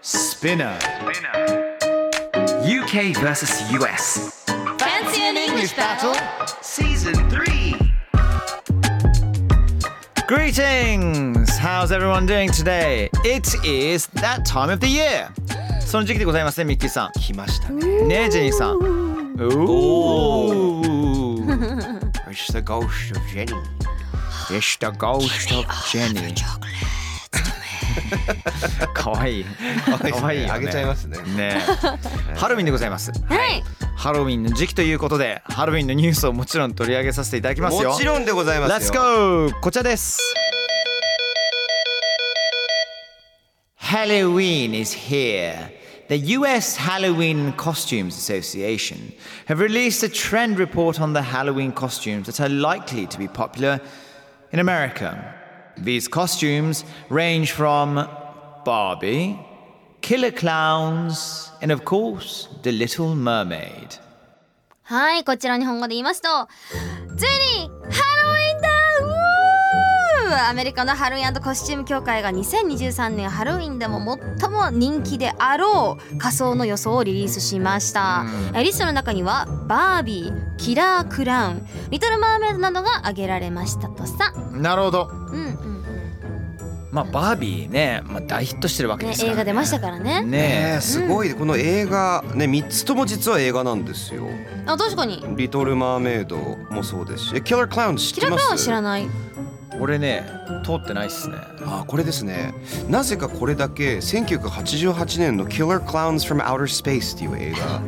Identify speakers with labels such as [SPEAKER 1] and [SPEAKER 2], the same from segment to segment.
[SPEAKER 1] Spinner.
[SPEAKER 2] UK versus US.
[SPEAKER 3] Fancy an English battle
[SPEAKER 2] Season 3.
[SPEAKER 1] Greetings! How's everyone doing today? It is that time of the year! その時期でございますね、ミッキーさん。
[SPEAKER 4] 来ましたね。
[SPEAKER 1] ねえ、ジェニー さん。おー
[SPEAKER 4] It's the ghost of Jenny.
[SPEAKER 1] It's the ghost of Jenny. かわ いい。かわいいよね。
[SPEAKER 4] あげちゃいますね。
[SPEAKER 1] ねえハロウィンでございます。
[SPEAKER 3] はい
[SPEAKER 1] ハロウィンの時期ということで、ハロウィンのニュースをもちろん取り上げさせていただきますよ。
[SPEAKER 4] もちろんでございます
[SPEAKER 1] Let's
[SPEAKER 4] よ。
[SPEAKER 1] go! こちらです。Halloween is here. The US Halloween Costumes Association have released a trend report on the Halloween costumes that are likely to be popular in America. These costumes range from Barbie, killer clowns, and of course, the Little Mermaid.
[SPEAKER 5] はい、こちら日本語で言いますと、ジェニー、ハロウィンだうおーアメリカのハロウィンコスチューム協会が2023年ハロウィンでも最も人気であろう仮装の予想をリリースしました、えリストの中にはバービーキラークラウンリトル・マーメイドなどが挙げられましたとさ
[SPEAKER 1] なるほど。
[SPEAKER 5] うんうん
[SPEAKER 1] まあ、バービーね、まあ、大ヒットしてるわけ
[SPEAKER 5] ね
[SPEAKER 1] ですから、
[SPEAKER 5] 映画出ましたからね
[SPEAKER 1] ね
[SPEAKER 4] ねえすごいこの映画ね三つとも実は映画なんですよ。
[SPEAKER 5] あ確かに
[SPEAKER 4] リトルマーメイドもそうですし、えキラークラウン知っ
[SPEAKER 5] キ
[SPEAKER 4] て
[SPEAKER 5] ラー
[SPEAKER 4] ま
[SPEAKER 5] クラウン
[SPEAKER 4] す？
[SPEAKER 5] は知らない
[SPEAKER 1] 俺ね通ってないっすね
[SPEAKER 4] あこれですねなぜかこれだけ1988年の「Killer Clowns from Outer Space」っていう映画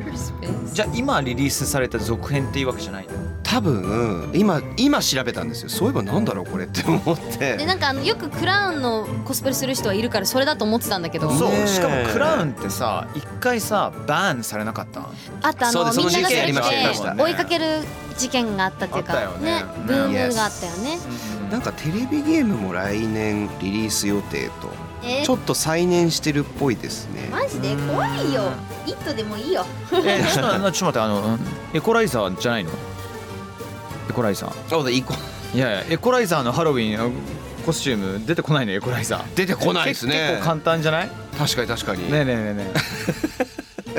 [SPEAKER 1] じゃあ今リリースされた続編っていうわけじゃないの
[SPEAKER 4] 多分今今調べたんですよそういえばなんだろうこれって思っ
[SPEAKER 5] で
[SPEAKER 4] て
[SPEAKER 5] なんかあのよくクラウンのコスプレする人はいるからそれだと思ってたんだけど
[SPEAKER 1] そう、
[SPEAKER 4] ねえ
[SPEAKER 1] しかもクラウンってさ一回さバーンされなかった
[SPEAKER 5] あとあ
[SPEAKER 4] そう
[SPEAKER 5] の
[SPEAKER 4] です
[SPEAKER 5] みん
[SPEAKER 4] その事
[SPEAKER 5] ながそ
[SPEAKER 4] 件
[SPEAKER 5] れ
[SPEAKER 4] ありましたありました
[SPEAKER 5] で追いかける事件があったってい
[SPEAKER 1] あ
[SPEAKER 5] う
[SPEAKER 1] った
[SPEAKER 5] か
[SPEAKER 1] よね
[SPEAKER 5] ブーム
[SPEAKER 4] ね
[SPEAKER 5] があったよね。
[SPEAKER 4] なんかテレビゲームも来年リリース予定
[SPEAKER 5] え
[SPEAKER 4] とちょっと再燃してるっぽいですね
[SPEAKER 5] マジで怖いよ。イットでもいいよ。
[SPEAKER 1] えちょっとあのちょっと待ってあのうんエコライザーじゃないのエコライザ
[SPEAKER 4] そうだいい子
[SPEAKER 1] ーいやいやエコライザーのハロウィンのコスチューム出てこないねエコライザー
[SPEAKER 4] 出てこないです
[SPEAKER 1] 結
[SPEAKER 4] ね
[SPEAKER 1] 構簡単じゃない
[SPEAKER 4] 確かに確かに、
[SPEAKER 1] ねえねえねえね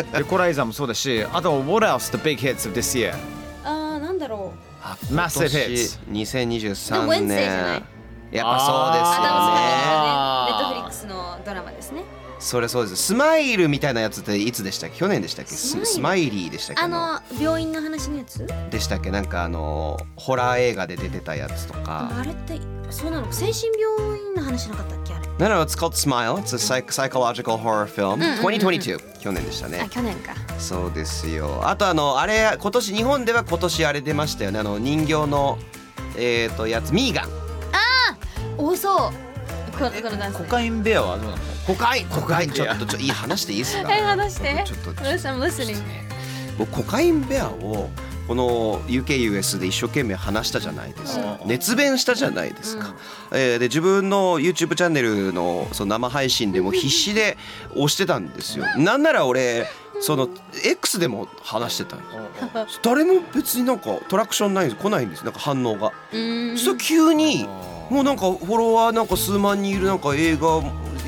[SPEAKER 1] えエコライザーもそうだしあと What else the big hits of this year
[SPEAKER 5] ああなんだろ
[SPEAKER 1] Massive hits
[SPEAKER 4] 2023
[SPEAKER 5] でも Wednesday
[SPEAKER 4] 年
[SPEAKER 5] じゃない
[SPEAKER 4] やっぱそうです
[SPEAKER 5] う。
[SPEAKER 4] よ
[SPEAKER 5] ア
[SPEAKER 4] ね
[SPEAKER 1] あ
[SPEAKER 5] ダ
[SPEAKER 1] ー
[SPEAKER 5] ムスカネットフリックスのドラマですね。
[SPEAKER 4] それそうですスマイルみたいなやつっていつでしたっけ去年でしたっけススマイリーでしたっけ
[SPEAKER 5] あの病院の話のやつ？
[SPEAKER 4] でしたっけなんかあのホラー映画で出てたやつと
[SPEAKER 5] あ
[SPEAKER 4] か
[SPEAKER 5] れってそうなの？精神病院の話なかったっけあれ？
[SPEAKER 4] なら It's called Smile It's a psych- psychological horror film 2022去年でした
[SPEAKER 5] あ
[SPEAKER 4] ね
[SPEAKER 5] 去年か。
[SPEAKER 4] そうですよあとあのあれ今年日本では今年あれ出ましたよねあの人形のえっとやつミーガン
[SPEAKER 5] 多そう。このこのダンス
[SPEAKER 1] コ
[SPEAKER 5] ね。
[SPEAKER 1] カインベアはどうなの
[SPEAKER 4] コカインコカインちょっとちょいい話していいですか
[SPEAKER 5] はい話して。
[SPEAKER 4] ちょっとちょっと
[SPEAKER 5] Listen, I'm listening.
[SPEAKER 4] 僕コカインベアをこの UKUS で一生懸命話したじゃないですか、
[SPEAKER 1] うん
[SPEAKER 4] 熱弁したじゃないですか、えーで自分の YouTube チャンネルのその生配信でも必死で押してたんですよなんなら俺その X でも話してたの誰も別になんかトラクションない来ないんですなんか反応が
[SPEAKER 5] うーん。
[SPEAKER 4] そしたら急にもうなんかフォロワーなんか数万人いるなんか映画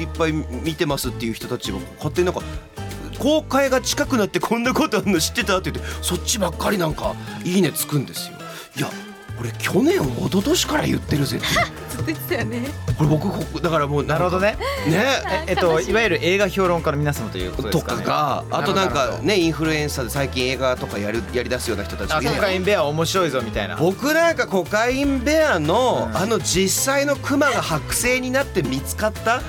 [SPEAKER 4] いっぱい見てますっていう人たちも勝手になんか公開が近くなってこんなことあるの知ってたって言ってそっちばっかりなんかいいねつくんですよいや俺去年一昨年から言ってるぜってこれ僕ここだからもう
[SPEAKER 1] なるほど
[SPEAKER 4] ね
[SPEAKER 1] ね
[SPEAKER 4] ね
[SPEAKER 1] ええっといわゆる映画評論家の皆様ということで
[SPEAKER 4] と
[SPEAKER 1] すか
[SPEAKER 4] か
[SPEAKER 1] ね
[SPEAKER 4] があとなん
[SPEAKER 1] なるほ
[SPEAKER 4] か
[SPEAKER 1] ど
[SPEAKER 4] ねインフルエンサーで最近映画とかやるやりだすような人たち
[SPEAKER 1] あ
[SPEAKER 4] もいる
[SPEAKER 1] コ
[SPEAKER 4] じゃ
[SPEAKER 1] カ
[SPEAKER 4] ない
[SPEAKER 1] インベア面白いぞみたいな
[SPEAKER 4] 僕なんかコカインベアの、
[SPEAKER 1] うん
[SPEAKER 4] あの 実際のクマが剥製になって見つかった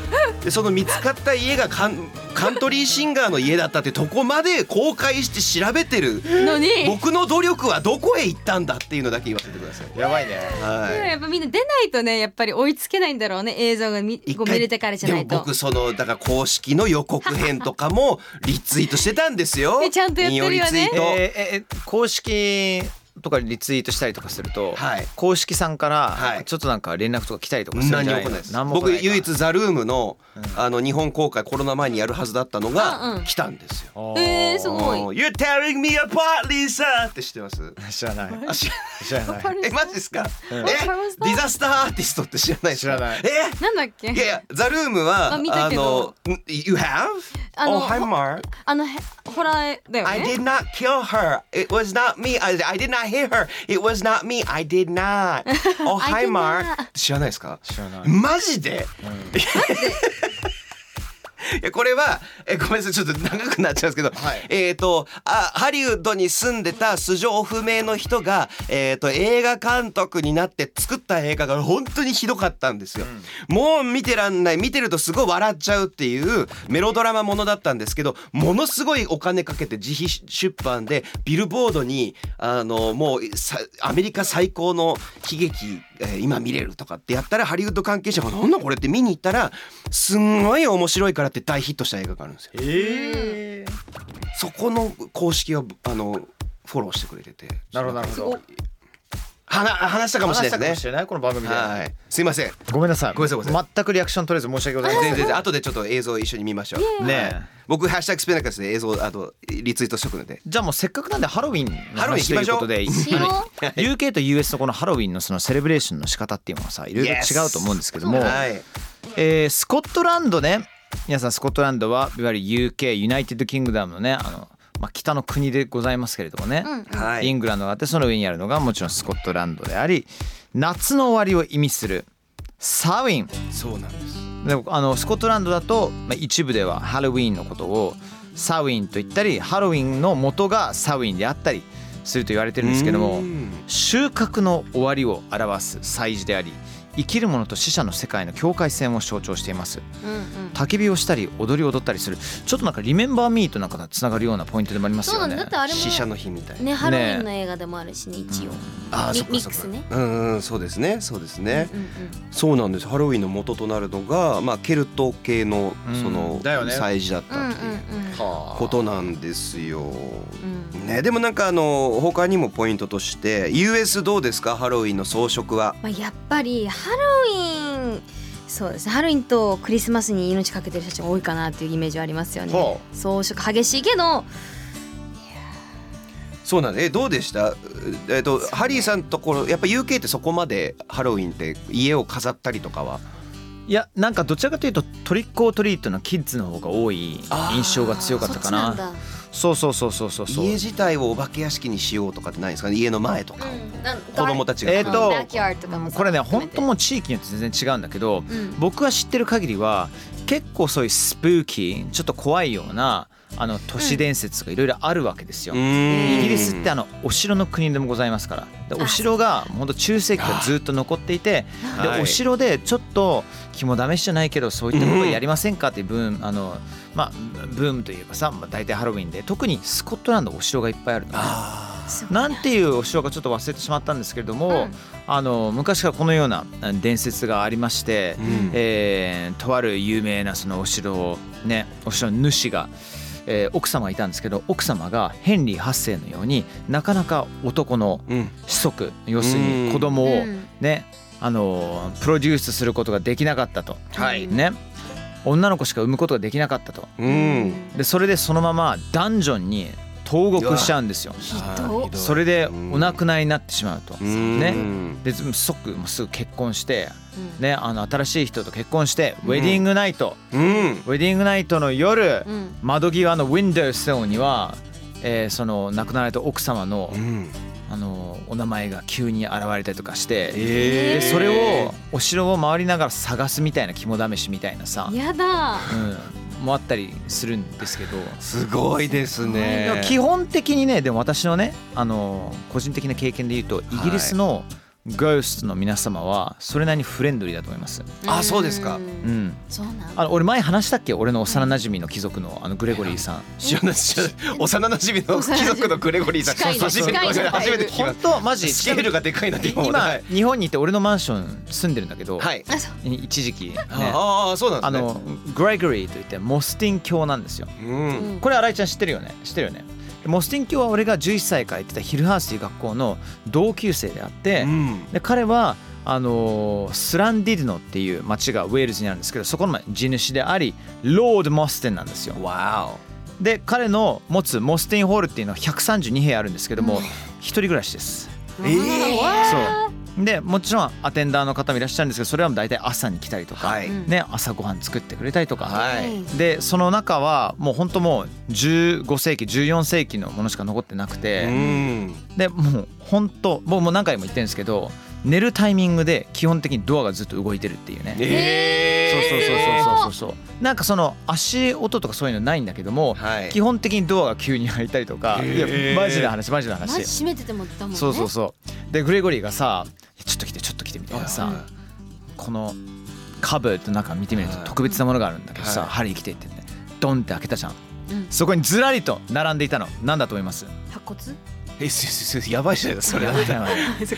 [SPEAKER 4] でその見つかった家がかんカントリーシンガーの家だったってとこまで公開して調べてる
[SPEAKER 5] のに
[SPEAKER 4] 僕の努力はどこへ行ったんだっていうのだけ言わせてください。
[SPEAKER 1] やばいね。
[SPEAKER 4] はい
[SPEAKER 5] やっぱみんな出ないとねやっぱり追いつけないんだろうね映像が見
[SPEAKER 4] 一
[SPEAKER 5] こう
[SPEAKER 4] 回
[SPEAKER 5] 見れてからじゃない
[SPEAKER 4] でも
[SPEAKER 5] と
[SPEAKER 4] 僕そのだから公式の予告編とかもリツイートしてたんですよ
[SPEAKER 5] えちゃんとやってるよね
[SPEAKER 4] 引用リツイー
[SPEAKER 1] え
[SPEAKER 4] ト、
[SPEAKER 1] ーえー公式とかリツイートしたりとかすると、
[SPEAKER 4] はい
[SPEAKER 1] 公式さんから、
[SPEAKER 4] はい
[SPEAKER 1] ちょっとなんか連絡とか来たりとかするん
[SPEAKER 4] 何
[SPEAKER 1] じ
[SPEAKER 4] に
[SPEAKER 1] ゃ
[SPEAKER 4] も
[SPEAKER 1] ないの
[SPEAKER 4] 起こんないです
[SPEAKER 1] 何も起こ
[SPEAKER 4] 僕
[SPEAKER 1] ないか
[SPEAKER 4] 唯一ザルームのあの日本公開コロナ前にやるはずだったの
[SPEAKER 5] うんう
[SPEAKER 4] が
[SPEAKER 5] ん
[SPEAKER 4] 来たんですよ。
[SPEAKER 1] あ
[SPEAKER 5] えー、すごい
[SPEAKER 4] もう Oh, You're tearing me apart, Lisa! って知ってます
[SPEAKER 1] 知らない
[SPEAKER 4] あ知ら
[SPEAKER 1] 知らない
[SPEAKER 4] え、マジですか、え
[SPEAKER 1] ん
[SPEAKER 4] ディザスターアーティストって知らないですか
[SPEAKER 1] 知らない
[SPEAKER 4] え
[SPEAKER 5] なんだっけ
[SPEAKER 4] いやいや、ザルームは、
[SPEAKER 5] あ見たけど
[SPEAKER 4] あの、ん You have?
[SPEAKER 5] あの
[SPEAKER 4] oh, hi, Mark.
[SPEAKER 5] あのへホラーだよ
[SPEAKER 4] I
[SPEAKER 5] ね
[SPEAKER 4] did not kill her. It was not me. I, I did not hit her. It was not me. I did not. Oh,
[SPEAKER 5] I
[SPEAKER 4] hi,
[SPEAKER 5] did
[SPEAKER 4] Mark.
[SPEAKER 5] not.
[SPEAKER 4] 知らないですか
[SPEAKER 1] 知らない
[SPEAKER 4] マジで、いやこれはえごめんなさいちょっと長くなっちゃうんですけど、
[SPEAKER 1] はい
[SPEAKER 4] えっ、とあハリウッドに住んでた素性不明の人が、えー、と映画監督になって作った映画が本当にひどかったんですよ、もう見てらんない見てるとすごい笑っちゃうっていうメロドラマものだったんですけどものすごいお金かけて自費出版でビルボードにあのもうさアメリカ最高の悲劇、えー今見れるとかってやったらハリウッド関係者が「なんだこれ」って見に行ったらすんごい面白いからって大ヒットした映画があるんですよ。
[SPEAKER 1] えー、
[SPEAKER 4] そこの公式をあのフォローしてくれてて
[SPEAKER 1] なるほどなるほど
[SPEAKER 4] 話話したかもし
[SPEAKER 1] 話
[SPEAKER 4] れ
[SPEAKER 1] したか
[SPEAKER 4] ないで
[SPEAKER 1] も
[SPEAKER 4] す
[SPEAKER 1] し
[SPEAKER 4] ね。
[SPEAKER 1] れないこの番組で、
[SPEAKER 4] はい、すいません
[SPEAKER 1] ごめんなさい
[SPEAKER 4] ごめんなさいごめんな
[SPEAKER 1] 全くリアクション取れず申し訳ございません
[SPEAKER 4] 全然全然後でちょっと映像を一緒に見ましょう。
[SPEAKER 1] ねえ
[SPEAKER 4] 僕ハッシュタグスペナカスで映像をあとリツイートしとくので。
[SPEAKER 1] じゃあもうせっかくなんでハロウィンの
[SPEAKER 4] ハロウィ
[SPEAKER 1] 話とい
[SPEAKER 4] ン行きま
[SPEAKER 1] う
[SPEAKER 4] しょ
[SPEAKER 1] こ
[SPEAKER 4] う
[SPEAKER 1] とで
[SPEAKER 5] しよう
[SPEAKER 1] はい UK と US とこのハロウィンのそのセレブレーションの仕方っていうのはさいろいろ違
[SPEAKER 4] Yes
[SPEAKER 1] うと思うんですけども、
[SPEAKER 4] はい。
[SPEAKER 1] えースコットランドね皆さんスコットランドはいわゆる UK ユナイテッドキングダムのねあの、まあ、北の国でございますけれどもね、
[SPEAKER 5] うん
[SPEAKER 4] はい
[SPEAKER 1] イングランドがあってその上にあるのがもちろんスコットランドであり夏の終わりを意味するサウィン
[SPEAKER 4] そうなんです。
[SPEAKER 1] であのスコットランドだと、まあ、一部ではハロウィーンのことをサウィンと言ったりハロウィンの元がサウィンであったりすると言われてるんですけども
[SPEAKER 4] うん
[SPEAKER 1] 収穫の終わりを表す祭事であり生きるものと死者の世界の境界線を象徴しています
[SPEAKER 5] うんうん
[SPEAKER 1] 焚き火をしたり踊りを踊ったりするちょっとなんか「リメンバー・ミー」となんかつながるようなポイントでもあります
[SPEAKER 5] そ
[SPEAKER 1] よ
[SPEAKER 5] うなんだ
[SPEAKER 1] ね
[SPEAKER 5] だってあれも
[SPEAKER 4] 死者の日みたいな。
[SPEAKER 5] ねハロウィンの映画でもあるしね一応
[SPEAKER 4] あー
[SPEAKER 5] ミ
[SPEAKER 4] そっか
[SPEAKER 5] ミッ
[SPEAKER 4] そっ
[SPEAKER 5] ク
[SPEAKER 4] か
[SPEAKER 5] スね
[SPEAKER 4] うんうんそうですねそうですね、
[SPEAKER 5] うんうん
[SPEAKER 4] そうなんですハロウィンの元となるのが、まあ、ケルト系の
[SPEAKER 1] うん
[SPEAKER 4] その
[SPEAKER 1] だよね
[SPEAKER 4] 祭事だっ
[SPEAKER 5] うんうん
[SPEAKER 4] たっていう
[SPEAKER 1] はあ
[SPEAKER 4] ことなんですよ。
[SPEAKER 5] うんうん
[SPEAKER 4] ね、でもなんかあの他にもポイントとして US どうですかハロウィンの装飾は。
[SPEAKER 5] まあ、やっぱりハロウィンそうですねハロウィンとクリスマスに命かけてる人たちが多いかなっていうイメージはありますよね
[SPEAKER 1] ほ
[SPEAKER 5] 装飾激しいけど
[SPEAKER 4] そうなんですえどうでしたうえっとハリーさんところやっぱ UK ってそこまでハロウィンって家を飾ったりとかはい
[SPEAKER 1] やなんかどちらかというとトリック・オートリートのキッズの方が多い印象が強かったか
[SPEAKER 5] そっち
[SPEAKER 1] な
[SPEAKER 5] なんだ
[SPEAKER 1] そうそうそうそうそうそう
[SPEAKER 4] 家自体をお化け屋敷にしようとかってないんですかね家の前とかを、
[SPEAKER 5] うんなん
[SPEAKER 4] 子供たちが
[SPEAKER 1] えっと
[SPEAKER 5] バックヤードとかもさ
[SPEAKER 1] これね
[SPEAKER 5] 含め
[SPEAKER 1] 本
[SPEAKER 5] て
[SPEAKER 1] 当もう地域によって全然違うんだけど、
[SPEAKER 5] うん
[SPEAKER 1] 僕が知ってる限りは結構そういうスプーキーちょっと怖いようなあの都市伝説がいろいろあるわけですよ、
[SPEAKER 4] イ
[SPEAKER 1] イギリスってあのお城の国でもございますからでお城が本当中世紀からずっと残っていてで
[SPEAKER 4] はい
[SPEAKER 1] お城でちょっと肝試しじゃないけどそういったことやりませんかっていうブームあのまあブームというかさ、まあ、大体ハロウィンで特にスコットランドお城がいっぱいあるのね
[SPEAKER 5] すごい
[SPEAKER 1] なんていうお城かちょっと忘れてしまったんですけれども、
[SPEAKER 5] うん
[SPEAKER 1] あの昔からこのようなあの伝説がありまして、
[SPEAKER 4] ん
[SPEAKER 1] えーとある有名なそのお城をねお城の主が、えー奥様がいたんですけど奥様がヘンリー8世のようになかなか男の
[SPEAKER 4] うん
[SPEAKER 1] 子息要するに子供を
[SPEAKER 5] うん
[SPEAKER 1] ね、あのプロデュースすることができなかったと、
[SPEAKER 5] はい
[SPEAKER 1] ね女の子しか産むことができなかったと
[SPEAKER 4] うん
[SPEAKER 1] でそれでそのままダンジョンに投獄しちゃうんですよ。
[SPEAKER 5] ひどっ
[SPEAKER 1] それでお亡くなりになってしまうと、ね
[SPEAKER 4] ね
[SPEAKER 1] で即もうすぐ結婚して、
[SPEAKER 5] うん
[SPEAKER 1] ね、あの新しい人と結婚してウ
[SPEAKER 4] ん
[SPEAKER 1] ェディングナイト、
[SPEAKER 4] うん
[SPEAKER 1] ウェディングナイトの夜、
[SPEAKER 5] うん
[SPEAKER 1] 窓際のウィンドウスには、えーその亡くなられた奥様の,、
[SPEAKER 4] うん
[SPEAKER 1] あのお名前が急に現れたりとかして、
[SPEAKER 4] え
[SPEAKER 1] でそれをお城を回りながら探すみたいな肝試しみたいなさ、
[SPEAKER 5] やだ
[SPEAKER 1] うん、もあったりするんですけど。
[SPEAKER 4] すごいです
[SPEAKER 1] でも
[SPEAKER 4] ね
[SPEAKER 1] 基本的にねでも私のねあの個人的な経験で言うとイギリスの Ghost の皆様はそれなりにフレンドリーだと思います。
[SPEAKER 4] あそうですか
[SPEAKER 5] ん
[SPEAKER 1] うん。
[SPEAKER 5] そうなん
[SPEAKER 1] あの俺前話したっけ俺の幼馴染の貴族のあのグレゴリーさん。
[SPEAKER 4] 知らない知らない幼馴染の貴族のグレゴリーさん
[SPEAKER 5] 近いね
[SPEAKER 4] 初めて
[SPEAKER 5] 近いね
[SPEAKER 4] 初めて聞きま
[SPEAKER 1] 本
[SPEAKER 4] す
[SPEAKER 1] 当マジ
[SPEAKER 4] スケールがでかいなって今思っては
[SPEAKER 1] 今
[SPEAKER 4] い
[SPEAKER 1] 日本にいて俺のマンション住んでるんだけど、
[SPEAKER 4] はい
[SPEAKER 5] あそう
[SPEAKER 1] 一時期、ね、あ
[SPEAKER 4] ああそうなんですね
[SPEAKER 1] のグレゴリーといってモスティン教なんですよ。
[SPEAKER 4] うん
[SPEAKER 1] これ新井ちゃん知ってるよね知ってるよねでモスティン教は俺が11歳から行ってたヒルハースという学校の同級生であって、
[SPEAKER 4] うん
[SPEAKER 1] で彼はあのースランディルノっていう町がウェールズにあるんですけどそこの地主でありロード・モステンなんですよ
[SPEAKER 4] わ
[SPEAKER 1] で彼の持つモスティンホールっていうのは132部屋あるんですけども一人暮らしです
[SPEAKER 4] おええ
[SPEAKER 1] そうでもちろんアテンダーの方もいらっしゃるんですけどそれは大体朝に来たりとか、
[SPEAKER 4] はい
[SPEAKER 1] ね、朝ごはん作ってくれたりとか、
[SPEAKER 4] はい
[SPEAKER 1] でその中はもう本当もう15世紀14世紀のものしか残ってなく
[SPEAKER 4] う
[SPEAKER 1] て、
[SPEAKER 4] ん
[SPEAKER 1] でもう本当僕もう何回も言ってるんですけど寝るタイミングで基本的にドアがずっと動いてるっていうね。
[SPEAKER 4] え
[SPEAKER 1] そうそうそうそうそうそ
[SPEAKER 5] う
[SPEAKER 1] うなんかその足音とかそういうのないんだけども、
[SPEAKER 4] はい
[SPEAKER 1] 基本的にドアが急に開いたりとか、
[SPEAKER 4] へー
[SPEAKER 1] いやマジな話マジな話
[SPEAKER 5] マジ閉めててもだもんね
[SPEAKER 1] そうそうそうでグレゴリーがさ「ちょっと来てちょっと来て」みたいなさ、このカブの中見てみると
[SPEAKER 4] はい
[SPEAKER 1] 特別なものがあるんだけどさ「
[SPEAKER 4] はい
[SPEAKER 1] ハリー来て」って言ってドンって開けたじゃん、
[SPEAKER 5] うん
[SPEAKER 1] そこにずらりと並んでいたのなんだと思います
[SPEAKER 5] 白骨
[SPEAKER 4] えすすすやばいじゃないですかそれ
[SPEAKER 1] やばいや ばい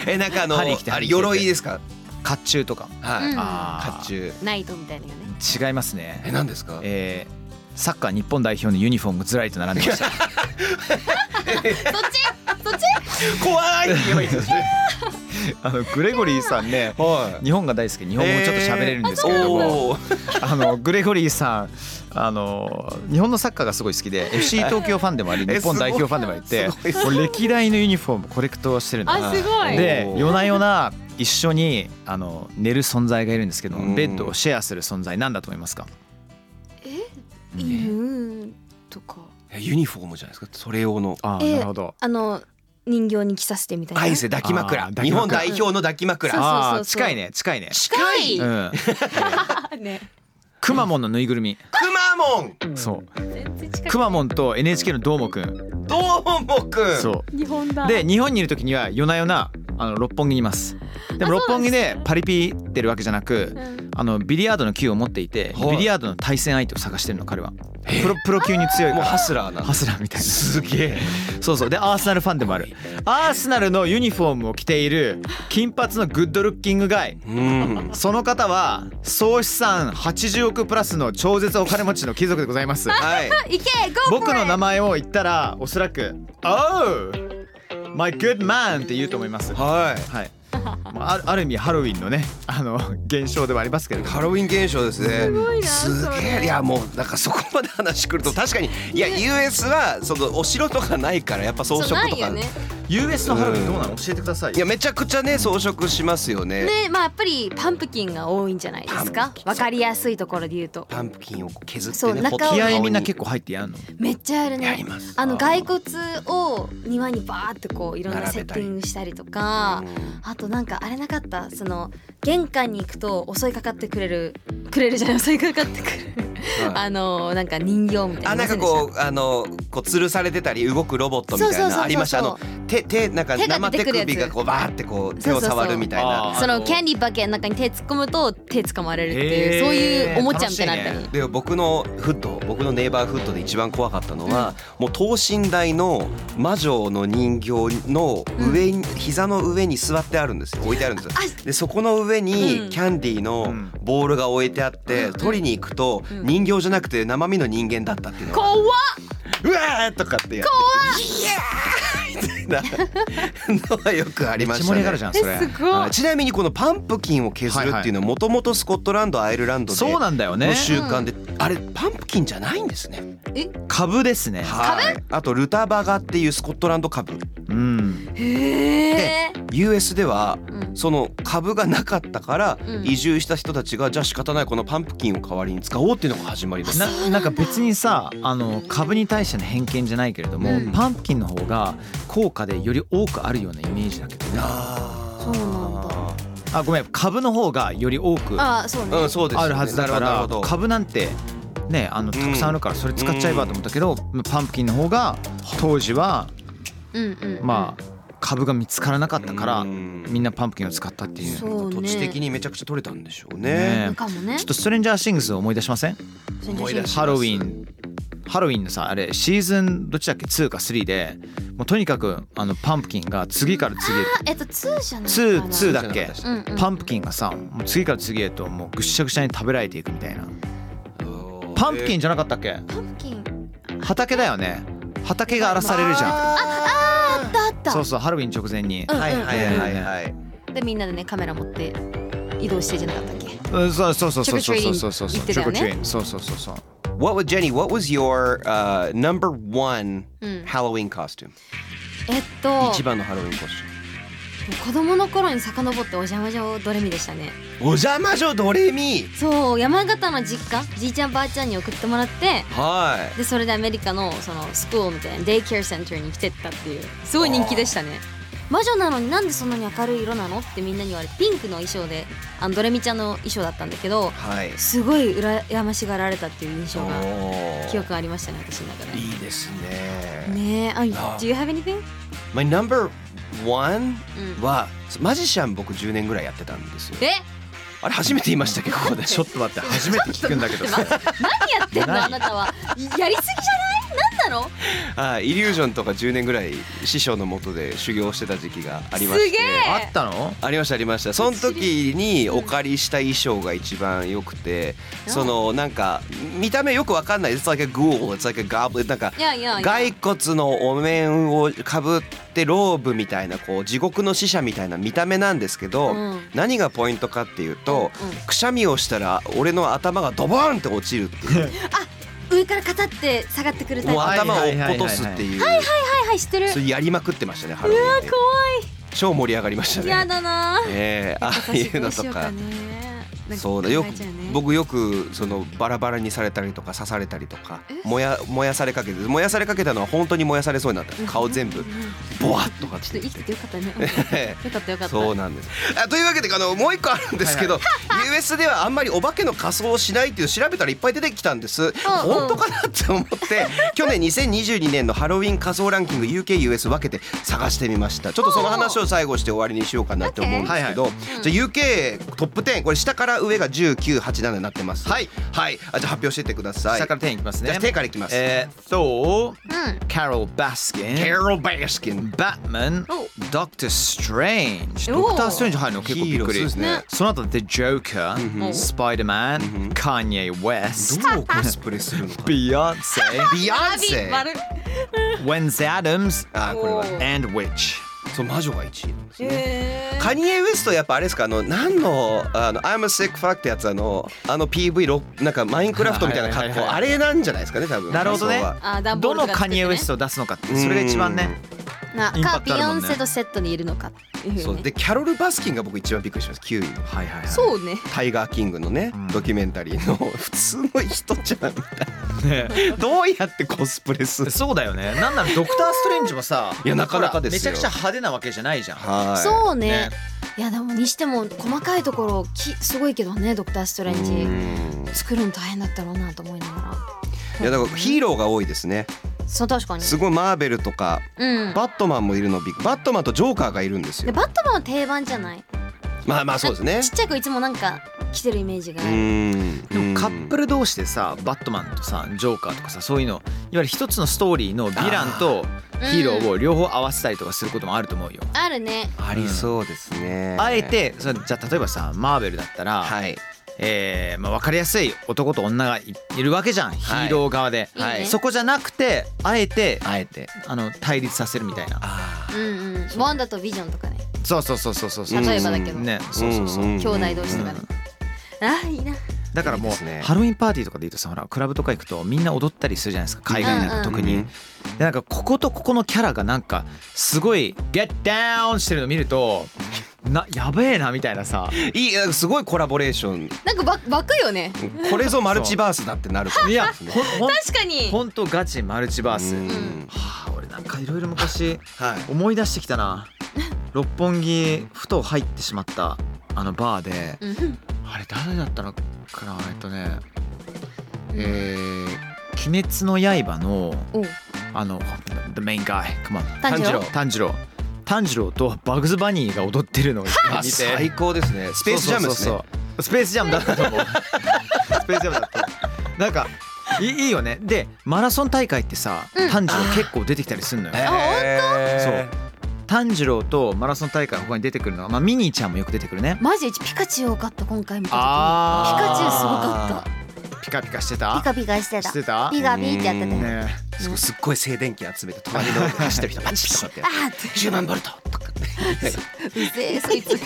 [SPEAKER 4] えなんかあのあ
[SPEAKER 1] 針来て針来て
[SPEAKER 4] れ鎧ですか
[SPEAKER 1] 甲冑とか
[SPEAKER 4] は
[SPEAKER 5] う
[SPEAKER 4] い
[SPEAKER 5] ん
[SPEAKER 4] 甲
[SPEAKER 1] あー
[SPEAKER 4] 冑
[SPEAKER 5] ナイトみたいなのがね
[SPEAKER 1] 違います
[SPEAKER 4] え
[SPEAKER 1] ね
[SPEAKER 4] 何ですか
[SPEAKER 1] えーサッカー日本代表のユニフォームがずらりと並んでま した
[SPEAKER 5] そっちそっち
[SPEAKER 4] 怖いって言えばいいですよね
[SPEAKER 1] あのグレゴリーさんね
[SPEAKER 4] は
[SPEAKER 1] 日本が大好き日本語ちょっと喋れるんですけれども、
[SPEAKER 4] おお
[SPEAKER 1] あのグレゴリーさんあの日本のサッカーがすごい好きで FC 東京ファンでもあり
[SPEAKER 4] え
[SPEAKER 1] 日本代表ファンでもあってもう歴代のユニフォームコレクトをしてるんだ
[SPEAKER 5] あすごい
[SPEAKER 1] で
[SPEAKER 4] おー
[SPEAKER 1] 夜な夜な一緒にあの寝る存在がいるんですけど
[SPEAKER 4] うん
[SPEAKER 1] ベッドをシェアする存在なんだと思いますか
[SPEAKER 5] 犬とか
[SPEAKER 4] ユニフォームじゃないですかそれ用の
[SPEAKER 1] あー
[SPEAKER 5] え
[SPEAKER 1] なるほど
[SPEAKER 5] あの人形に着させてみたいな
[SPEAKER 4] アイス抱き
[SPEAKER 1] あ
[SPEAKER 4] 枕
[SPEAKER 1] ー抱き枕
[SPEAKER 4] 日本代表の抱き
[SPEAKER 5] そう
[SPEAKER 4] 枕
[SPEAKER 1] あ
[SPEAKER 5] そう
[SPEAKER 1] ー近いね近いね
[SPEAKER 5] 近い
[SPEAKER 1] うん
[SPEAKER 5] ね
[SPEAKER 1] くまモンのぬいぐるみ
[SPEAKER 4] くまモン
[SPEAKER 1] そう
[SPEAKER 5] 全然近い
[SPEAKER 1] くまモンと NHK のどーもくん
[SPEAKER 4] どうもくん
[SPEAKER 1] そう
[SPEAKER 5] 日本だ
[SPEAKER 1] で日本にいる時には夜な夜なあの六本木にいますでも
[SPEAKER 5] あ
[SPEAKER 1] 六
[SPEAKER 5] そうなん
[SPEAKER 1] 本木
[SPEAKER 5] ですね
[SPEAKER 1] でパリピってるわけじゃなく
[SPEAKER 5] うん
[SPEAKER 1] あのビリヤードの球を持っていて、
[SPEAKER 4] は
[SPEAKER 1] ビ
[SPEAKER 4] い
[SPEAKER 1] リヤードの対戦相手を探してるの彼はプロプロ級に強いか
[SPEAKER 4] もう
[SPEAKER 1] ら
[SPEAKER 4] ハスラーな
[SPEAKER 1] ハスラーみたいな
[SPEAKER 4] すげえ
[SPEAKER 1] そうそうでアーセナルファンでもあるアーセナルのユニフォームを着ている金髪のグッドルッキングガイ
[SPEAKER 4] うん
[SPEAKER 1] その方は総資産80億プラスの超絶お金持ちの貴族でございます
[SPEAKER 4] はい
[SPEAKER 5] いけ Go
[SPEAKER 1] 僕
[SPEAKER 5] for
[SPEAKER 1] の
[SPEAKER 5] it
[SPEAKER 1] 名前を言ったらおそらく「Oh! My good man!」って言うと思います
[SPEAKER 4] は
[SPEAKER 1] はい、まあある、ある意味ハロウィンのねあの現象ではありますけれ
[SPEAKER 4] い
[SPEAKER 1] ども
[SPEAKER 4] ハロウィン現象ですねす
[SPEAKER 5] ごいな
[SPEAKER 4] すげ
[SPEAKER 5] そ
[SPEAKER 4] え
[SPEAKER 5] れ
[SPEAKER 4] いやもうなんかそこまで話 くると確かにいや US はそのお城とかないからやっぱ装
[SPEAKER 5] そうな
[SPEAKER 4] 飾と
[SPEAKER 5] いよ
[SPEAKER 4] か
[SPEAKER 5] ね
[SPEAKER 1] US のハロウィンどうなの教えてください
[SPEAKER 4] いやめちゃくちゃね装飾しますよね
[SPEAKER 5] ねまあやっぱりパンプキンが多いんじゃないです
[SPEAKER 4] パン
[SPEAKER 5] かわかりやすいところで言うと
[SPEAKER 4] パンプキンを削って
[SPEAKER 5] そう
[SPEAKER 4] ね
[SPEAKER 5] 中を
[SPEAKER 1] 気
[SPEAKER 4] ポッ
[SPEAKER 1] 合
[SPEAKER 4] ト
[SPEAKER 1] い
[SPEAKER 4] に
[SPEAKER 1] みんな結構入ってやんの
[SPEAKER 5] めっちゃあるね
[SPEAKER 4] やります
[SPEAKER 5] あの骸骨を庭にバーってこういろんなセ
[SPEAKER 4] 並べ
[SPEAKER 5] ッ
[SPEAKER 4] た
[SPEAKER 5] テ
[SPEAKER 4] り
[SPEAKER 5] ィングしたりとか
[SPEAKER 4] うん
[SPEAKER 5] あとなんかあれなかったその玄関に行くと襲いかかってくれるくれるじゃない襲いかかってくるあのなんか人形みたいな
[SPEAKER 4] あなんか
[SPEAKER 5] そう
[SPEAKER 4] こうあのこう吊るされてたり動くロボットみたい
[SPEAKER 5] そうそうそうそ
[SPEAKER 4] な
[SPEAKER 5] う
[SPEAKER 4] ありましたあの手手なんか
[SPEAKER 5] 手が
[SPEAKER 4] 生
[SPEAKER 5] 出て
[SPEAKER 4] 手
[SPEAKER 5] くるやつ
[SPEAKER 4] 首がこうバーってこう手
[SPEAKER 5] そうそ
[SPEAKER 4] を
[SPEAKER 5] うそう
[SPEAKER 4] 触るみたい
[SPEAKER 1] あ
[SPEAKER 4] な。
[SPEAKER 1] ー
[SPEAKER 5] そのキャンディーバケの中に手突っ込むと手掴まれるっていう、
[SPEAKER 1] へー
[SPEAKER 5] そういうおもちゃみたいなのあったり、
[SPEAKER 1] 楽し
[SPEAKER 4] で僕のフット僕のネイバーフットで一番怖かったのは、もう等身大の魔女の人形の上に、膝の上に座ってあるんですよ置いてあるんですよ
[SPEAKER 5] あ
[SPEAKER 4] でそこの上
[SPEAKER 5] うん
[SPEAKER 4] にキャンディー
[SPEAKER 1] う
[SPEAKER 4] の
[SPEAKER 1] ん
[SPEAKER 4] ボールが置いてあって、取りに行くと
[SPEAKER 5] うん
[SPEAKER 4] 人形じゃなくて生身の人間だったっていうのが
[SPEAKER 5] 怖っ
[SPEAKER 4] うわーとかってやっていやーみ たいなのはよくあり
[SPEAKER 1] めっ
[SPEAKER 4] ま
[SPEAKER 1] ち
[SPEAKER 4] し
[SPEAKER 1] ゃ盛
[SPEAKER 4] た
[SPEAKER 1] り
[SPEAKER 4] ね
[SPEAKER 1] 上がるじゃん
[SPEAKER 5] え
[SPEAKER 1] それ
[SPEAKER 5] すご
[SPEAKER 4] はいいちなみにこのパンプキンを削るっていうのはもともとスコットランドアイルランドで
[SPEAKER 1] そうなんだよね
[SPEAKER 4] の習慣で、あれパンプキンじゃないんですね。
[SPEAKER 1] 株ですね
[SPEAKER 4] はい。あとルタバガっていうスコットランド株。
[SPEAKER 1] うん
[SPEAKER 5] へえ
[SPEAKER 4] U.S. では
[SPEAKER 5] うん
[SPEAKER 4] その株がなかったから
[SPEAKER 5] うん
[SPEAKER 4] 移住した人たちがじゃあ仕方ないこのパンプキンを代わりに使おうっていうのが始まりです。
[SPEAKER 1] ななんか別にさあの株に対しての偏見じゃないけれども、
[SPEAKER 4] うん
[SPEAKER 1] パンプキンの方が効果でより多くあるようなイメージだけどね
[SPEAKER 4] あ
[SPEAKER 5] そうなんだ
[SPEAKER 1] あごめん株の方がより多くあ
[SPEAKER 5] ああそうね、
[SPEAKER 4] うんそうですよね。
[SPEAKER 1] るはずだか
[SPEAKER 4] なる
[SPEAKER 1] ら
[SPEAKER 4] ほど
[SPEAKER 1] 株なんてねあのたくさんあるからそれ使っちゃえばと思ったけど、パンプキンの方が当時は
[SPEAKER 5] うんうんうん
[SPEAKER 1] まあ株が見つからなかったから
[SPEAKER 4] うん
[SPEAKER 1] みんなパンプキンを使ったっていう
[SPEAKER 5] そ
[SPEAKER 1] ね
[SPEAKER 5] うね
[SPEAKER 4] 土地的にめちゃくちゃ取れたんでしょう
[SPEAKER 1] え
[SPEAKER 4] ね。
[SPEAKER 5] かもね
[SPEAKER 1] ちょっとストレンジャーシングスを思い出しません
[SPEAKER 4] 思い出します
[SPEAKER 1] ハロウィンハロウィンのさあれシーズンどっちだっけ2か3でもうとにかくあのパンプキンが次から次へと
[SPEAKER 5] あえっと2じゃない
[SPEAKER 1] 2 2だっ
[SPEAKER 4] じゃ
[SPEAKER 1] け
[SPEAKER 4] なかった
[SPEAKER 5] うんうん
[SPEAKER 1] パンプキンがさもう次から次へともうぐっしゃぐしゃに食べられていくみたいなパンプキンじゃなかったっけ
[SPEAKER 5] パンプキン
[SPEAKER 1] 畑だよね畑が荒らされるじゃん
[SPEAKER 5] あったあった
[SPEAKER 1] そうそうハロウィン直前に
[SPEAKER 5] うん
[SPEAKER 4] はいはいはいはい。
[SPEAKER 5] でみんなでねカメラ持って移動してじゃなかったっけ
[SPEAKER 1] うんそうそうそうそうそうそうそ
[SPEAKER 5] Trick or treating
[SPEAKER 1] うそうそ
[SPEAKER 5] 行っ
[SPEAKER 1] う
[SPEAKER 5] てたよね
[SPEAKER 1] Trick or treating そうそうそうそう
[SPEAKER 4] What was Jenny? What was your uh, number one
[SPEAKER 5] うん
[SPEAKER 4] Halloween costume?
[SPEAKER 5] えっと
[SPEAKER 4] 一番のハロウィンコスチ
[SPEAKER 5] 子供の頃に遡ってお邪魔女ドレミでしたね
[SPEAKER 4] ューム。お邪魔女ドレミ。
[SPEAKER 5] そう山形の実家じいちゃんばあちゃんに送ってもらって
[SPEAKER 4] は
[SPEAKER 5] でそれでアメリカのそのスクールみたいなデイケアセンターに来てったっていうすごい人気でしたね魔女なのになんでそんなに明るい色なのってみんなに言われてピンクの衣装であのドレミちゃんの衣装だったんだけど
[SPEAKER 4] いはい。
[SPEAKER 5] すごい羨ましがられたっていう印象が
[SPEAKER 4] おー
[SPEAKER 5] 記憶ありましたね私の中で
[SPEAKER 4] いいですね。
[SPEAKER 5] ねえあ Do you have anything?
[SPEAKER 4] My number one
[SPEAKER 5] うん
[SPEAKER 4] は、マジシャン僕10年ぐらいやってたんですよ。
[SPEAKER 5] え
[SPEAKER 4] あれ初めて言いましたっけどここで。
[SPEAKER 1] ちょっと 待って初めて聞くんだけどさ
[SPEAKER 5] 何やってんの
[SPEAKER 1] 何
[SPEAKER 5] あなたはやりすぎじゃない何なの
[SPEAKER 4] あイリュージョンとか10年ぐらい師匠のもとで修行してた時期がありまして
[SPEAKER 5] すげえ
[SPEAKER 1] あったの
[SPEAKER 4] ありましたありましたその時にお借りした衣装が一番良くて
[SPEAKER 5] うん
[SPEAKER 4] そのなんか見た目よくわかんない It's like a ghoul It's like a goblin なんか
[SPEAKER 5] いやいやいや
[SPEAKER 4] 骸骨のお面をかぶってローブみたいなこう地獄の使者みたいな見た目なんですけど、
[SPEAKER 5] うん
[SPEAKER 4] 何がポイントかっていうと、
[SPEAKER 5] うんうん
[SPEAKER 4] くしゃみをしたら俺の頭がドボーンって落ちるって いう
[SPEAKER 5] 上からカタって下がってくるタイプ
[SPEAKER 4] もう
[SPEAKER 5] はい
[SPEAKER 4] 頭を落っことすっていう
[SPEAKER 5] はい知ってる
[SPEAKER 4] それやりまくってましたねハロウィーンで超盛り上がりましたね
[SPEAKER 5] やだなぁ
[SPEAKER 4] ええああいうのとか。そうだよく僕よくそのバラバラにされたりとか刺されたりとか燃や燃やされかけて燃やされかけたのは本当に燃やされそうになった顔全部ボワッとかっ
[SPEAKER 5] ちょっと生きててよか ったね
[SPEAKER 4] て
[SPEAKER 5] よかったよかった
[SPEAKER 4] そうなんですあというわけであのもう一個あるんですけど、US ではあんまりお化けの仮装をしないっていう調べたらいっぱい出てきたんです本当かなって思って去年2022年のハロウィン仮装ランキング UKUS 分けて探してみましたちょっとその話を最後して終わりにしようかなって思うんですけど、じゃあ UK トップ10これ下から上が1987になってます
[SPEAKER 1] はい
[SPEAKER 4] はいあじゃあ発表してってください
[SPEAKER 1] 下から手にいきますね
[SPEAKER 4] じゃあ手からいきます、
[SPEAKER 1] えー Thor
[SPEAKER 5] ん
[SPEAKER 1] Carol Baskin
[SPEAKER 4] キャロル・バースキン
[SPEAKER 1] Batman
[SPEAKER 5] お
[SPEAKER 1] Doctor Strange
[SPEAKER 5] お
[SPEAKER 1] ドクター・ストレンジ入るの結構びっく
[SPEAKER 4] ヒーロー
[SPEAKER 1] り
[SPEAKER 4] そうですね
[SPEAKER 1] その後 The Joker
[SPEAKER 5] ん
[SPEAKER 1] Spider-Man Kanye West
[SPEAKER 4] どうコスプレするのか
[SPEAKER 1] Beyonce
[SPEAKER 4] ビヨンセ
[SPEAKER 5] 丸
[SPEAKER 1] Wednesday Adams
[SPEAKER 4] あーこれは
[SPEAKER 1] and Witch
[SPEAKER 4] そう魔女が1位なんですね
[SPEAKER 5] へ
[SPEAKER 4] カニエ・ウエストやっぱあれですかあの何のあの「I'm a sick fuck」ってやつあのあの PV ろなんかマインクラフトみたいな
[SPEAKER 1] はい
[SPEAKER 4] 格
[SPEAKER 1] はいはい
[SPEAKER 4] 好
[SPEAKER 1] はい
[SPEAKER 4] あれなんじゃないですかね多分
[SPEAKER 1] なるほどね
[SPEAKER 4] 感想は
[SPEAKER 5] あ段ボ
[SPEAKER 1] ど
[SPEAKER 5] ールと
[SPEAKER 1] のカ
[SPEAKER 5] か作ってね
[SPEAKER 1] ニエ・ウエスト出すのかってそれが一番ね
[SPEAKER 5] な
[SPEAKER 1] イン
[SPEAKER 5] か
[SPEAKER 1] パク
[SPEAKER 5] ビ
[SPEAKER 1] トある
[SPEAKER 5] ヨ
[SPEAKER 1] もん
[SPEAKER 5] ン
[SPEAKER 1] ね
[SPEAKER 5] セとセットにいるのかっていうね
[SPEAKER 4] そうでキャロル・バスキンが僕一番びっくりしました9位の
[SPEAKER 1] はいはいはい
[SPEAKER 5] そうね
[SPEAKER 4] タイガー・キングのね、ドキュメンタリーの普通の人じゃんみたいな、どうやってコスプレする
[SPEAKER 1] そうだよね。なんならドクター・ストレンジもさ、
[SPEAKER 4] いやなかなかですよ
[SPEAKER 1] ほらめちゃくちゃ派手なわけじゃないじゃん。
[SPEAKER 4] はい
[SPEAKER 5] そうね
[SPEAKER 1] ね
[SPEAKER 5] いやでもにしても細かいところきすごいけどねドクターストレン
[SPEAKER 4] う
[SPEAKER 5] ジ
[SPEAKER 4] ん
[SPEAKER 5] 作るの大変だったろうなと思いなが
[SPEAKER 4] いやだからヒーローが多いですね
[SPEAKER 5] らそう確かに
[SPEAKER 4] すごいマーベルとか
[SPEAKER 5] うん
[SPEAKER 4] バットマンもいるのびっバットマンとジョーカーがいるんです
[SPEAKER 5] で
[SPEAKER 4] よ
[SPEAKER 5] バットマンは定番じゃない
[SPEAKER 4] まあまあそうですね
[SPEAKER 5] ちっちゃい子いつもなんか着てるイメージがあ
[SPEAKER 4] う
[SPEAKER 5] る
[SPEAKER 4] ん
[SPEAKER 1] でもカップル同士でさ、バットマンとさ、ジョーカーとかさ、そういうの、いわゆる一つのストーリーのヴィランとヒーローを両方合わせたりとかすることもあると思うよ。
[SPEAKER 5] あるね
[SPEAKER 4] ありそうですね。
[SPEAKER 1] あえて、それじゃあ例えばさ、マーベルだったら、
[SPEAKER 4] はい。
[SPEAKER 1] えーまあ、分かりやすい男と女がいいるわけじゃん、ヒーロー側で、
[SPEAKER 5] はいいいね
[SPEAKER 1] そこじゃなくてあえて
[SPEAKER 4] あえて。
[SPEAKER 1] あの対立させるみたいな
[SPEAKER 5] うんうんワンダとビジョンとかね
[SPEAKER 1] そうそうそうそうそうそう
[SPEAKER 5] 例えばだけど、
[SPEAKER 1] ねそうそうそう、
[SPEAKER 4] ん
[SPEAKER 5] 兄弟同士とかね、ああいいな
[SPEAKER 1] だからも
[SPEAKER 4] いういですね
[SPEAKER 1] ハロウィンパーティーとかで言うとさほらクラブとか行くとみんな踊ったりするじゃないですか海外なんか特に。
[SPEAKER 4] うん
[SPEAKER 1] でなんかこことここのキャラがなんかすごい「Get Down!」してるの見るとなやべえなみたいな さ
[SPEAKER 4] いいなんかすごいコラボレーション。
[SPEAKER 5] なんかば湧くよね
[SPEAKER 4] これぞマルチバースだってなると思
[SPEAKER 1] い
[SPEAKER 4] い
[SPEAKER 1] や
[SPEAKER 4] ますね。
[SPEAKER 1] ほんほん
[SPEAKER 5] 確かに
[SPEAKER 1] ほんとガチマルチバース。
[SPEAKER 4] うん
[SPEAKER 1] はあ俺なんかいろいろ昔
[SPEAKER 4] はい。
[SPEAKER 1] 思い出してきたな六本木ふと入ってしまったあのバーで
[SPEAKER 5] うん
[SPEAKER 1] あれ誰だったのかなえっとねえー「鬼滅の刃」の「
[SPEAKER 5] おう
[SPEAKER 1] あの、The main guy、come on。
[SPEAKER 5] 炭治郎
[SPEAKER 1] 炭治郎。炭治郎とバグズバニーが踊ってるのを見
[SPEAKER 4] あ
[SPEAKER 1] て
[SPEAKER 4] 最高ですねスペースジャムです
[SPEAKER 1] そうそうそ
[SPEAKER 4] ね
[SPEAKER 1] うそうスペースジャムだったと思うスペースジャムだったなんかいいいいよねでマラソン大会ってさ炭治郎結構出てきたりするのよ、
[SPEAKER 4] へー
[SPEAKER 1] そう炭治郎とマラソン大会の他に出てくるのは、まあ、ミニーちゃんもよく出てくるね
[SPEAKER 5] マジでピカチュウ多かった今回見た時ピカチュウすご
[SPEAKER 1] あ
[SPEAKER 5] か
[SPEAKER 1] ーピカピカして
[SPEAKER 5] った
[SPEAKER 1] た
[SPEAKER 5] ピカピカしてた
[SPEAKER 1] してた
[SPEAKER 5] ピカピってやってたよ
[SPEAKER 1] ねえ
[SPEAKER 4] すごいすっごい静電気集めて隣の走ってる人パチッとかっ てや
[SPEAKER 5] あーっ
[SPEAKER 4] って10万ボルトとか
[SPEAKER 5] うぜえそいつ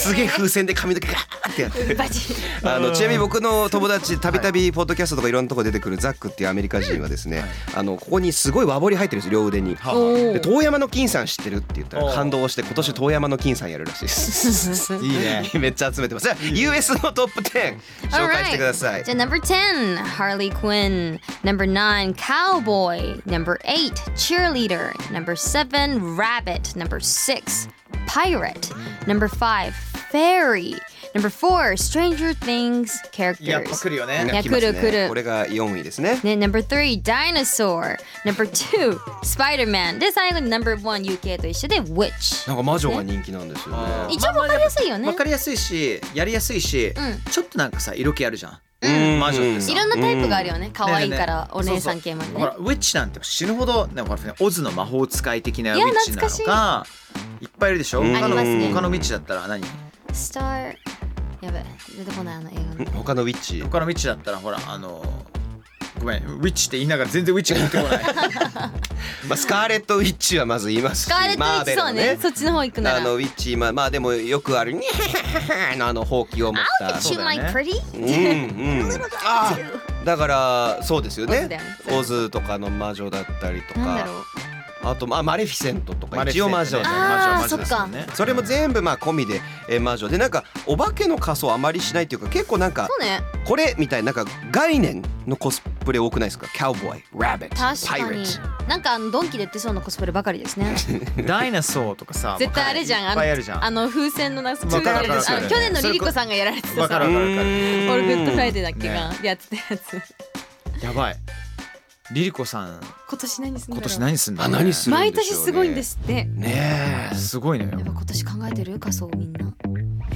[SPEAKER 4] すげえ風船で髪の毛ガーってやって
[SPEAKER 5] バチ
[SPEAKER 4] あのちなみに僕の友達たびたびポッドキャストとかいろんなとこ出てくるザックっていうアメリカ人はですね、あのここにすごい和彫り入ってるんです両腕に。で遠山の金さん知ってるって言ったら感動して今年遠山の金さんやるらしいです。
[SPEAKER 1] いいね
[SPEAKER 4] めっちゃ集めてます。じゃあ US のトップ10紹介してください
[SPEAKER 5] Alright. じゃあ Number 10 Harley Quinn Number 9 Cowboy Number 8 Cheerleader Number 7 Rabbit Number 6 Pirate Number 5 Fairy Number 4 Stranger Things
[SPEAKER 1] やっぱ
[SPEAKER 5] Characters
[SPEAKER 1] 来るよね
[SPEAKER 5] いや
[SPEAKER 4] 来ますね
[SPEAKER 5] 来る来る
[SPEAKER 4] これが4位ですね。
[SPEAKER 5] ね、number three dinosaur number two Spider-Man で最後に number one UK と一緒で Witch
[SPEAKER 4] なんか魔女が人気なんですよね。
[SPEAKER 5] 一応わかりやすいよね
[SPEAKER 1] わかりやすいしやりやすいし、ちょっとなんかさ色気あるじゃん
[SPEAKER 4] うん
[SPEAKER 1] 魔女ってさ
[SPEAKER 5] いろんなタイ
[SPEAKER 4] Mm.
[SPEAKER 5] プがあるよね可愛い
[SPEAKER 1] ねえねえ
[SPEAKER 5] からお姉さん系まで
[SPEAKER 1] そう
[SPEAKER 5] ね
[SPEAKER 1] そうほらウィッチなんて死ぬほどねほらオズの魔法使い的なウィッチなの
[SPEAKER 5] いや
[SPEAKER 1] かいっぱいいるでしょ
[SPEAKER 4] ん
[SPEAKER 1] 他の
[SPEAKER 5] ありますね
[SPEAKER 1] 他のウィッチだったら何
[SPEAKER 5] Star やべ出てこないあの映画の
[SPEAKER 4] 他のウィッチ。
[SPEAKER 1] 他のウィッチだったらほらあのごめんウィッチって言いながら全然ウィッチが出てこない
[SPEAKER 4] まあスカーレットウィッチはまず言いますし。
[SPEAKER 5] スカーレットウィ
[SPEAKER 4] マー
[SPEAKER 5] ッチそう
[SPEAKER 4] ベルの
[SPEAKER 5] ねそっちの方行くな
[SPEAKER 4] あ
[SPEAKER 5] ら
[SPEAKER 4] のウィッチまあまあでもよくあるにゃのあのほうきを持った。
[SPEAKER 5] You
[SPEAKER 1] だ
[SPEAKER 5] my
[SPEAKER 1] よね
[SPEAKER 5] pretty
[SPEAKER 4] うんうん。あだからそうですよ
[SPEAKER 5] オズだ
[SPEAKER 4] ね
[SPEAKER 5] よね。
[SPEAKER 4] オズとかの魔女だったりと
[SPEAKER 5] なんだろう
[SPEAKER 4] か、あとまあマレフィセントと か一応魔女
[SPEAKER 1] マレフィセントね
[SPEAKER 4] で。
[SPEAKER 5] あー
[SPEAKER 1] 魔女魔女ですよね
[SPEAKER 4] それも全部まあ込みで、えー魔女でなんかお化けの仮装あまりしないっていうか結構なんか
[SPEAKER 5] そうね
[SPEAKER 4] これみたいななんか概念のコスプレ多くないですか？カウボーイ、ラビット、
[SPEAKER 5] 確
[SPEAKER 4] パイ
[SPEAKER 5] か
[SPEAKER 4] レ
[SPEAKER 5] に
[SPEAKER 4] ット。
[SPEAKER 5] なんかあのドンキで売ってそうなコスプレばかりですね
[SPEAKER 1] ダイナソーとかさ
[SPEAKER 5] 絶対あれじゃん
[SPEAKER 1] いっぱいあるじゃん
[SPEAKER 5] あの風船のな風
[SPEAKER 1] わかるわかる
[SPEAKER 5] あの去年のリリコさんがやられてた
[SPEAKER 1] わか
[SPEAKER 5] さ
[SPEAKER 1] る
[SPEAKER 5] オ
[SPEAKER 1] わ
[SPEAKER 5] ー
[SPEAKER 1] かるわかる
[SPEAKER 5] ルグッドフライデーだっけが
[SPEAKER 1] ね
[SPEAKER 5] やってたやつ
[SPEAKER 1] やばいリリコさん
[SPEAKER 5] 今年何すんだろ
[SPEAKER 1] 今
[SPEAKER 5] う
[SPEAKER 1] 年何すんだろう
[SPEAKER 4] あ何するんでしょうね
[SPEAKER 5] 毎年すごいんですってや
[SPEAKER 4] ねえ。
[SPEAKER 1] すごいね
[SPEAKER 5] っぱ今年考えてる仮想みんな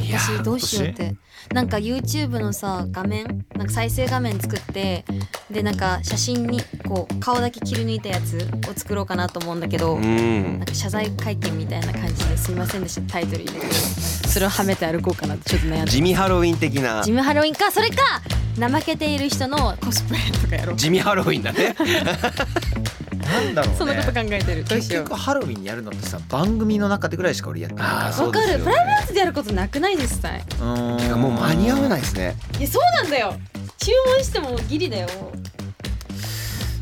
[SPEAKER 5] い
[SPEAKER 4] や
[SPEAKER 5] 私どうしようってなんか YouTube のさ画面なんか再生画面作ってでなんか写真にこう顔だけ切り抜いたやつを作ろうかなと思うんだけど、
[SPEAKER 4] う
[SPEAKER 5] なん
[SPEAKER 4] ん。
[SPEAKER 5] か謝罪会見みたいな感じですいませんでしたタイトル入れてそれをはめて歩こうかなってちょっと悩んで
[SPEAKER 4] 地味ハロウィン的な
[SPEAKER 5] ジ。ムハロウィンかそれか怠けている人のコスプレとかやろう
[SPEAKER 4] 地味ハロウィンだね。
[SPEAKER 1] なんだろうね
[SPEAKER 5] そんなこと考えてるどう
[SPEAKER 1] 結
[SPEAKER 5] しよう
[SPEAKER 1] 局ハロウィンやるのってさ番組の中でぐらいしか俺やってないから
[SPEAKER 4] あーそ
[SPEAKER 5] わ
[SPEAKER 4] うで
[SPEAKER 5] か
[SPEAKER 4] すよ
[SPEAKER 5] るプライベートでやることなくないですかいう
[SPEAKER 1] ーん
[SPEAKER 4] てかもう間に合わないですね。
[SPEAKER 5] やそうなんだよ注文してもギリだよ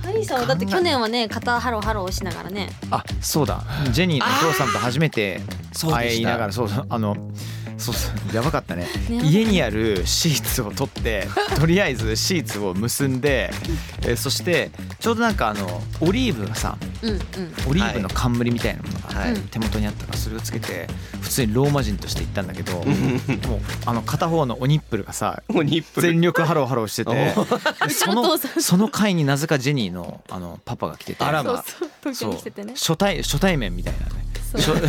[SPEAKER 5] ハリーさんはだって去年はね肩ハローハローをしながらね
[SPEAKER 1] あそうだジェニーのお父さんと初めて
[SPEAKER 4] そうでした
[SPEAKER 1] 会いながらそうそうあのそうそうやばかったね
[SPEAKER 5] ね
[SPEAKER 1] 家にあるシーツを取ってとりあえずシーツを結んでえーそしてちょうどなんかあのオリーブがさ
[SPEAKER 5] うんう
[SPEAKER 1] オ
[SPEAKER 5] ん
[SPEAKER 1] リーブの冠みたいなものが
[SPEAKER 4] はい
[SPEAKER 1] 手元にあったからそれをつけて普通にローマ人として行ったんだけどもうあの片方のおニップルがさ
[SPEAKER 4] もう日
[SPEAKER 1] 全力ハローハローしてて
[SPEAKER 4] お
[SPEAKER 1] でそのその回になぜかジェニーのあのパパが来てて
[SPEAKER 4] あら
[SPEAKER 5] そう
[SPEAKER 4] ま
[SPEAKER 5] そう東京に来ててね
[SPEAKER 1] 初対初対面みたいなね
[SPEAKER 5] そうだか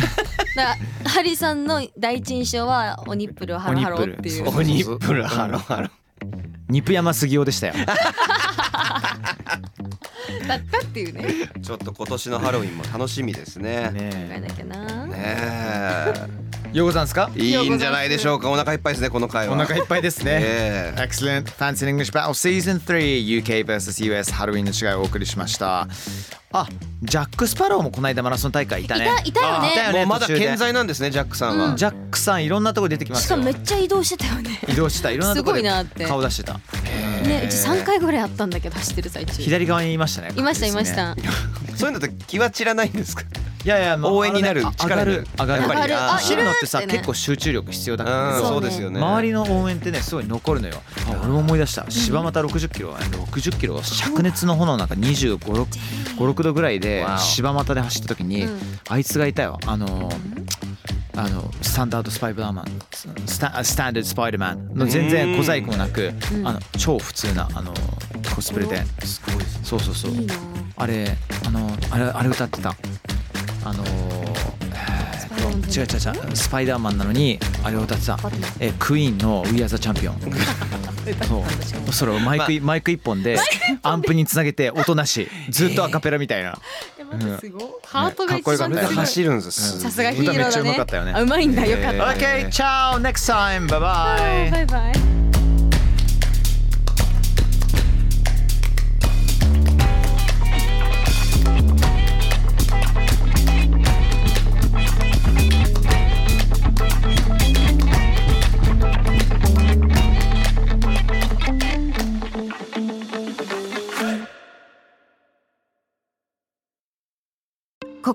[SPEAKER 5] らハリーさんの第一印象はおニップルをハローハローってい
[SPEAKER 1] お
[SPEAKER 5] う
[SPEAKER 1] ニップル
[SPEAKER 4] おニップルハロハロ。
[SPEAKER 1] 肉山杉雄でしたよ
[SPEAKER 5] だったっていうね
[SPEAKER 4] ちょっと今年のハロウィンも楽しみですね。ね
[SPEAKER 5] 考え
[SPEAKER 1] ね
[SPEAKER 5] なきゃな、
[SPEAKER 4] え。
[SPEAKER 1] ようござんすか
[SPEAKER 4] いいんじゃないでしょうか。お腹いっぱいですねこの回は。
[SPEAKER 1] お腹いっぱいですね
[SPEAKER 4] ええ
[SPEAKER 1] Excellent Fancy in English Battle Season 3 UK vs US ハロウィンの違いをお送りしましたあジャック・スパローもこの間マラソン大会いたね
[SPEAKER 5] いたいたよね
[SPEAKER 1] あいたよ
[SPEAKER 4] もうまだ
[SPEAKER 1] 途中で
[SPEAKER 4] 健在なんですねジャックさんは。
[SPEAKER 1] ジャックさんいろんなとこ出てきま
[SPEAKER 5] し
[SPEAKER 1] す
[SPEAKER 5] か
[SPEAKER 1] よ
[SPEAKER 5] もめっちゃ移動してたよね
[SPEAKER 1] 移動したいろんなとこ
[SPEAKER 5] すごいなって
[SPEAKER 1] で顔出してた
[SPEAKER 5] ねうち3回ぐらいあったんだけど走ってる最中
[SPEAKER 1] 左側にいましたね
[SPEAKER 5] いましたいました
[SPEAKER 4] そういうのって気は散らないんですか。
[SPEAKER 1] いやいや、まあ
[SPEAKER 4] 応援になる
[SPEAKER 1] あのね
[SPEAKER 4] 力
[SPEAKER 1] 上が
[SPEAKER 4] にな
[SPEAKER 1] る
[SPEAKER 4] る
[SPEAKER 1] 上がる
[SPEAKER 4] やっぱり上がるあ
[SPEAKER 1] 走るのってさ
[SPEAKER 5] いるってね
[SPEAKER 1] 結構集中力必要だから
[SPEAKER 4] うん
[SPEAKER 5] そうね
[SPEAKER 4] そうですよね。
[SPEAKER 1] 周りの応援ってねすごい残るのよあ俺も思い出した柴又60キロ60キロを灼熱の炎の中2 5 6度ぐらいで
[SPEAKER 4] わお
[SPEAKER 1] 柴又で走った時に
[SPEAKER 5] うん
[SPEAKER 1] あいつがいたよあのあのスタンダードスパイダーマンススタスタンダードスパイダーマンの全然小細工もなく
[SPEAKER 5] うん
[SPEAKER 1] あの超普通なあのコスプレでそうそうそう
[SPEAKER 5] いいな
[SPEAKER 1] あれあのあれあれ歌ってたあのー
[SPEAKER 5] ンプ
[SPEAKER 1] 違う違う違うスパイダーマンなのにあれを歌ってた
[SPEAKER 5] バットマン、
[SPEAKER 1] えークイーンの「We Are the Champion」そうそれをマイク,、マイク一本でアンプにつなげて音なしずっとアカペラみたいな、
[SPEAKER 6] え待ってすごいハートが一
[SPEAKER 4] これが
[SPEAKER 6] 番強い
[SPEAKER 4] 走るんです
[SPEAKER 6] さすがヒーローだね
[SPEAKER 1] 歌めっちゃうまかったよね
[SPEAKER 6] あうまいんだよかっ
[SPEAKER 1] OK ciao next time bye
[SPEAKER 6] た、
[SPEAKER 1] bye
[SPEAKER 6] バイバイ
[SPEAKER 3] こ